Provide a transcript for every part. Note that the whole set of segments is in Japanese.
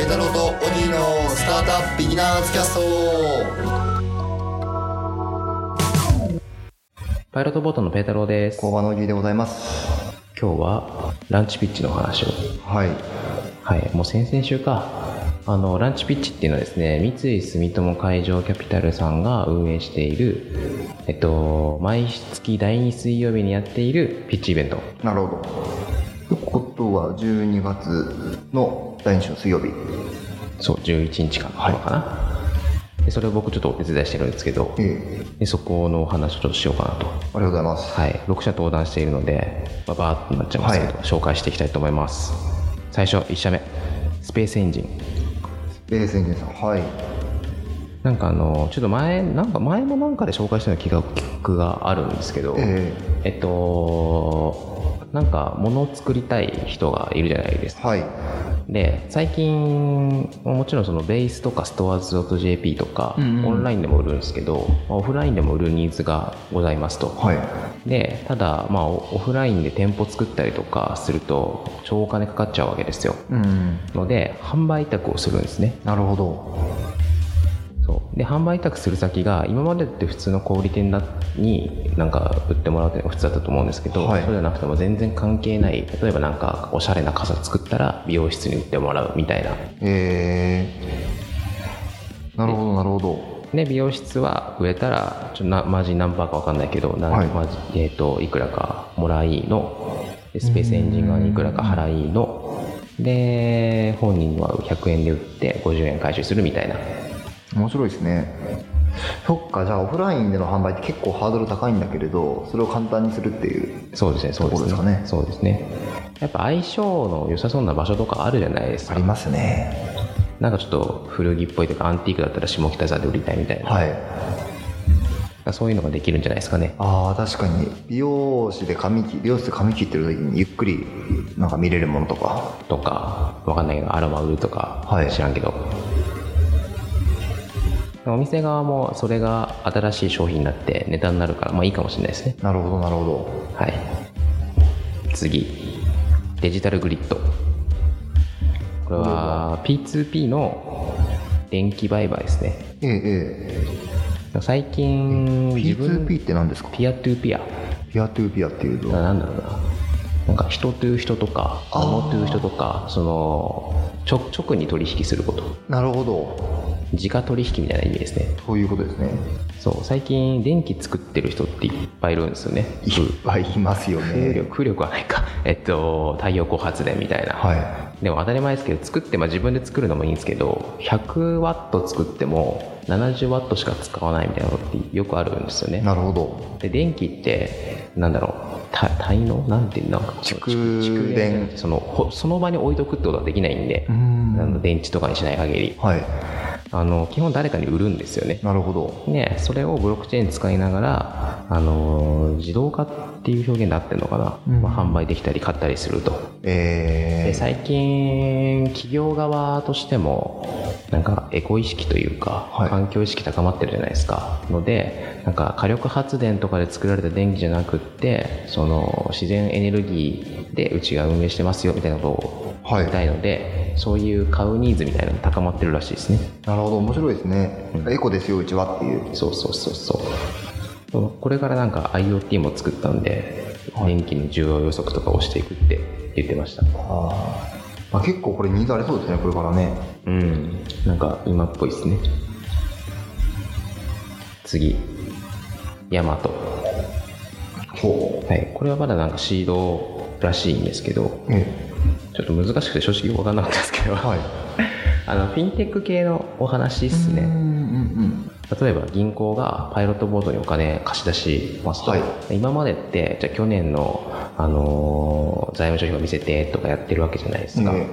イ太郎とオギーのスタートアップビギナーズキャストパイロットボートのペータローです。工場のオギーでございます今日はランチピッチの話を。はいはい、もう先々週か。あの、ランチピッチっていうのはですね、三井住友海上キャピタルさんが運営している、えっと、毎月第2水曜日にやっているピッチイベント。なるほどということは12月の第2週の水曜日そう、11日間なのかな、で。それを僕ちょっとお手伝いしてるんですけどえ、えでそこのお話をちょっとしようかなと。ありがとうございますはい、6社登壇しているので、まあ、バーッとなっちゃいますけど、は紹介していきたいと思います最初1社目スペースエンジンベースエンジンさんはいなんかあのちょっと前なんか前もなんかで紹介したような気が曲があるんですけど、ええっとなんか物を作りたい人がいるじゃないですかはいで最近もちろんそのベースとかストアーズ .jp とか、うんうんオンラインでも売るんですけどまあオフラインでも売るニーズがございますと、はいでただ、まあ、オオフラインで店舗作ったりとかすると超お金かかっちゃうわけですようんので販売委託をするんですねなるほどそうで販売委託する先が今までって普通の小売店だになんか売ってもらうっていうのが普通だったと思うんですけど、はいそうじゃなくても全然関係ない例えばなんかおしゃれな傘作ったら美容室に売ってもらうみたいなええなるほどなるほどで美容室は植えたらちょっとなマージン何パーか分かんないけど、なはいマージンえー、といくらかもらいのでスペースエンジン側にいくらか払いので本人は100円で売って50円回収するみたいな面白いですねそっかじゃあオフラインでの販売って結構ハードル高いんだけれどそれを簡単にするっていうそうですねそうでとこすねろですかねそうですねやっぱ相性の良さそうな場所とかあるじゃないですあかりますねなんかちょっと古着っぽいというかアンティークだったら下北沢で売りたいみたいな、はいそういうのができるんじゃないですかねあー確かに美容師で髪切美容室で髪切ってる時にゆっくりなんか見れるものとかとかわかんないけどアロマ売るとか、はい知らんけどお店側もそれが新しい商品になってネタになるからまあいいかもしれないですねなるほどなるほどはい次デジタルグリッドこれは P2P の電気売買ですねえええ最近え自分 P2P って何ですかピアトゥーピアピアトゥーピアっていうとななんだろうななんか人という人とかあー物という人とかその直直に取引することなるほど自家取引みたいな意味ですねそういうことですねそう最近電気作ってる人っていっぱいいるんですよねいっぱいいますよ風ね力風力はないかえっと太陽光発電みたいな、はでも当たり前ですけど作って、まあ、自分で作るのもいいんですけど100ワット作っても70ワットしか使わないみたいなことってよくあるんですよいねなるほどで電気ってなんだろうた滞納なんていうの蓄蓄電電そのほその場に置いとくってことはできないんで、んあの電池とかにしない限りはいあの基本誰かに売るんですよねなるほどね、それをブロックチェーン使いながら、あのー自動化っていう表現で合ってるのかな、うんまあ、販売できたり買ったりすると。えでえ最近企業側としてもなんかエコ意識というか、はい環境意識高まってるじゃないですかのでなんか火力発電とかで作られた電気じゃなくってその自然エネルギーでうちが運営してますよみたいなことをはい言いたいので、そういう買うニーズみたいなの高まってるらしいですねなるほど面白いですね、エコですようちはっていうそうそうそうそうこれからなんか IoT も作ったんで、電気の需要予測とかをしていくって言ってましたあー、まあ結構これニーズありそうですねこれからねうんなんか今っぽいですね次ヤマトほうはいこれはまだなんかシードらしいんですけどえちょっと難しくて正直分かんなかったんですけえど、はいあのフィンテック系のお話ですうんねうん例えば銀行がパイロットボードにお金貸し出しますと、はい今までってじゃあ去年の、あのー財務諸表見せてとかやってるわけじゃないですか、え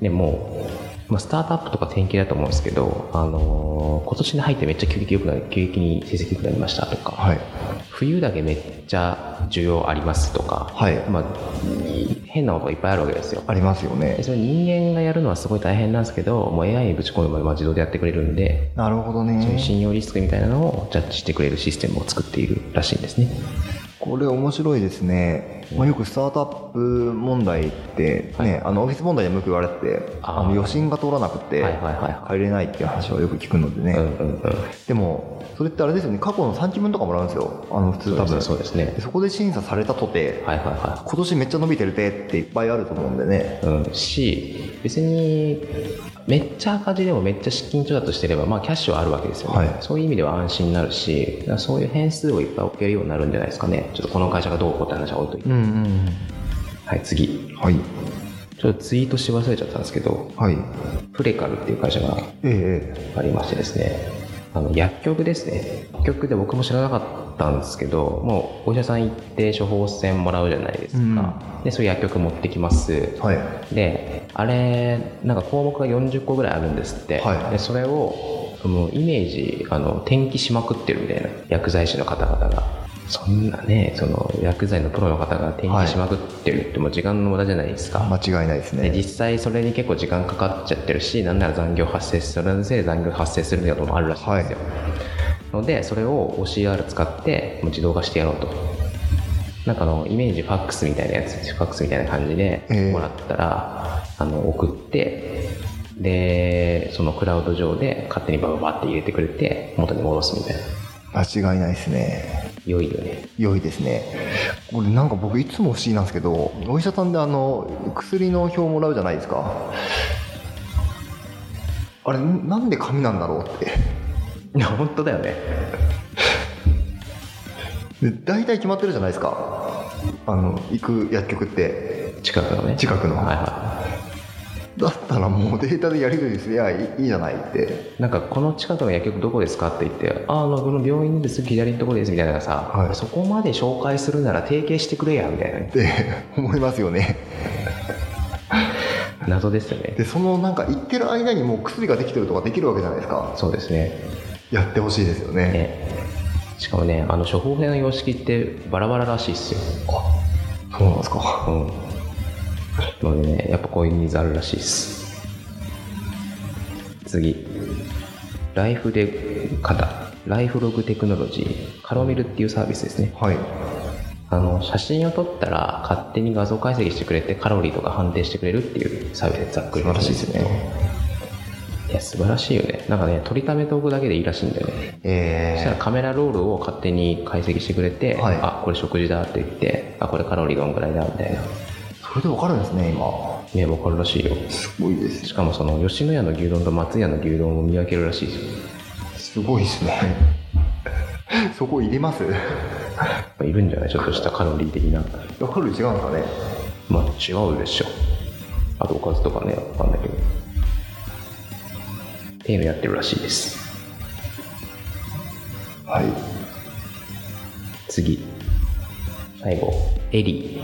でもう、まあ、スタートアップとか典型だと思うんですけど、あのー今年に入ってめっちゃ急激よくなり急激に成績良くなりましたとか、はい冬だけめっちゃ需要ありますとか、はいまあ、変なことがいっぱいあるわけですよありますよねでそれ人間がやるのはすごい大変なんですけどもう AI にぶち込めばまあ自動でやってくれるんでなるほどそういうね信用リスクみたいなのをジャッジしてくれるシステムを作っているらしいんですね。これ面白いですね、まあ、よくスタートアップ問題って、ねはいあのオフィス問題でもよく言われててあーあの予診が通らなくてはいはいはいは帰れないっていう話はよく聞くのでね、うんうんうんでもそれってあれですよね過去の3期分とかもらうんですよあの普通多分そうですねそでうですねそこで審査されたとて、はいはいは今年めっちゃ伸びてるてっていっぱいあると思うんでねいうんし別にめっちゃ赤字でもめっちゃ資金調達してればまあキャッシュはあるわけですよね、はいそういう意味では安心になるしだからそういう変数をいっぱい置けるようになるんじゃないですかねちょっとこの会社がどうこうって話は置いといて、うんうんはい次はいちょっとツイートし忘れちゃったんですけどはいプレカルっていう会社がええありましてですねあの薬局ですね薬局で僕も知らなかったんですけどもうお医者さん行って処方箋もらうじゃないですか、でそういう薬局持ってきますええはいであれなんか項目が40個ぐらいあるんですって、はいでそれをそのイメージあの転記しまくってるみたいな薬剤師の方々がそんなねその薬剤のプロの方が転記しまくってるってもう時間の無駄じゃないですか、間違いないですでね実際それに結構時間かかっちゃってるしなんなら残業発生するそれのせいで残業発生するみたいなこともあるらしいんですよ、のでそれを OCR 使ってもう自動化してやろうとなんかあのイメージファックスみたいなやつファックスみたいな感じでええもらったら、あの送ってでそのクラウド上で勝手にバババって入れてくれて元に戻すみたいな間違いないですね良いよね良いですねこれなんか僕いつも不思議なんですけどお医者さんであの薬の表もらうじゃないですかあれなんで紙なんだろうっていや本当だよねで大体決まってるじゃないですかあの行く薬局って近くのね近くのはいはいだったらもうデータでやり取りすりゃいいいいじゃないってなんかこの近くの薬局どこですかって言って、ああ、まあこの病院ですぐ左のところですみたいなさ、はいそこまで紹介するなら提携してくれやみたいなね、って思いますよね謎ですよね。でそのなんか行ってる間にもう薬ができてるとかできるわけじゃないですかそうですねやってほしいですよねね。しかもね、あの処方箋の様式ってバラバラらしいっすよ。そうなんですかうん。なのでね、やっぱこういうニーズあるらしいっす。次。ライフで型。ライフログテクノロジー。カロメルっていうサービスですね。はいあの写真を撮ったら勝手に画像解析してくれてカロリーとか判定してくれるっていうサービスでざっくり素晴らしいですねいや素晴らしいよねなんかね撮りためておくだけでいいらしいんだよねそしたらえカメラロールを勝手に解析してくれて、はいあこれ食事だって言ってあこれカロリーどんぐらいだみたいなー、それでわかるんですね今ねわかるらしいよすごいですしかもその吉野家の牛丼と松屋の牛丼を見分けるらしいですよすごいですね そこ入れますややっぱいるんじゃないちょっとしたカロリー的なっぱり違うんですかねまあ違うでしょあとおかずとかねわかんないけどっていうのやってるらしいですはい次最後エリ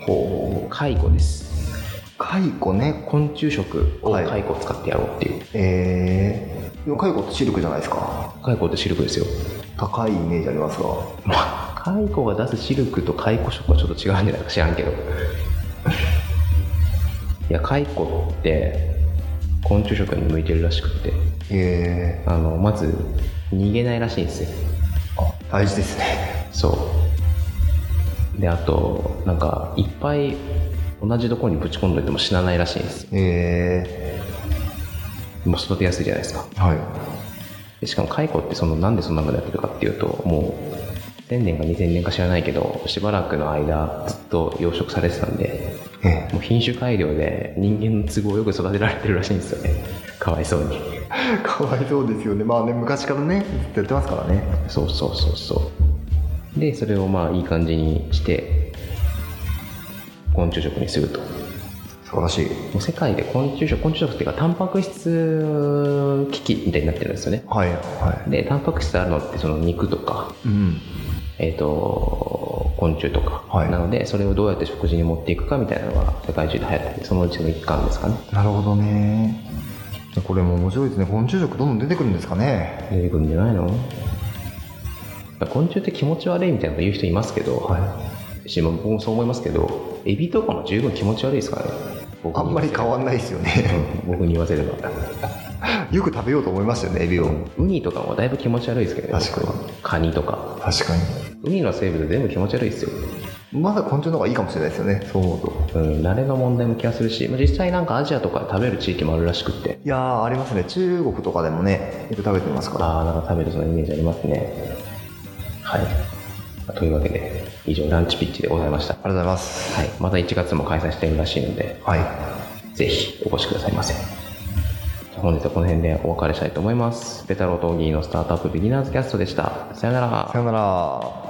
ーほう介護です解雇ね昆虫食をはい介護を使ってやろうっていう、えー、でも解雇ってシルクじゃないですか解雇ってシルクですよ高いイメージありますがまあ介護が出すシルクと介護食はちょっと違うんじゃないか知らんけ どいや介護って昆虫食に向いてるらしくってえあのまず逃げないらしいんですよー、あ大事ですねそうであとなんかいっぱい同じところにぶち込んどいても死なないらしいんですえもう育てやすいじゃないですかー、はいでしかも解雇ってそのなんでそんなことやってるかっていうともう1000年か2000年か知らないけどしばらくの間ずっと養殖されてたんでえもう品種改良で人間の都合よく育てられてるらしいんですよね かわいそうにー、かわいそうですよねまあね昔からねずっとやってますからねそうそうそうそうでそれをまあいい感じにして昆虫食にすると素晴らしいもう世界で昆虫食昆虫食っていうかタンパク質危機みたいになってるんですよねはいはでタンパク質あるのってその肉とか、いうんえー、と昆虫とか、はいなのでそれをどうやって食事に持っていくかみたいなのが世界中で流行っててそのうちの一環ですかねなるほどねこれも面白いですね昆虫食どんどん出てくるんですかね出てくるんじゃないの昆虫って気持ち悪いみたいなこと言う人いますけど、し僕もそう思いますけどエビとかも十分気持ち悪いですからね僕あにんまり変わんないですよ ねうん僕に言わせればよく食べようと思いましたよねエビをウニとかもだいぶ気持ち悪いですけどね確かにカニとか確かに海の成分全部気持ち悪いですよ、まだ昆虫の方がいいかもしれないですよねそう思うとうん、慣れの問題も気がするし、まあ、実際なんかアジアとかで食べる地域もあるらしくっていやーありますね中国とかでもねよく食べてますからああなんか食べるそのイメージありますねはいまあというわけで以上ランチピッチでございました、ありがとうございますはい、また1月も開催しているらしいのではいぜひお越しくださいませ。本日はこの辺でお別れしたいと思います。ペタローとオギーのスタートアップビギナーズキャストでした。さよならさ。よなら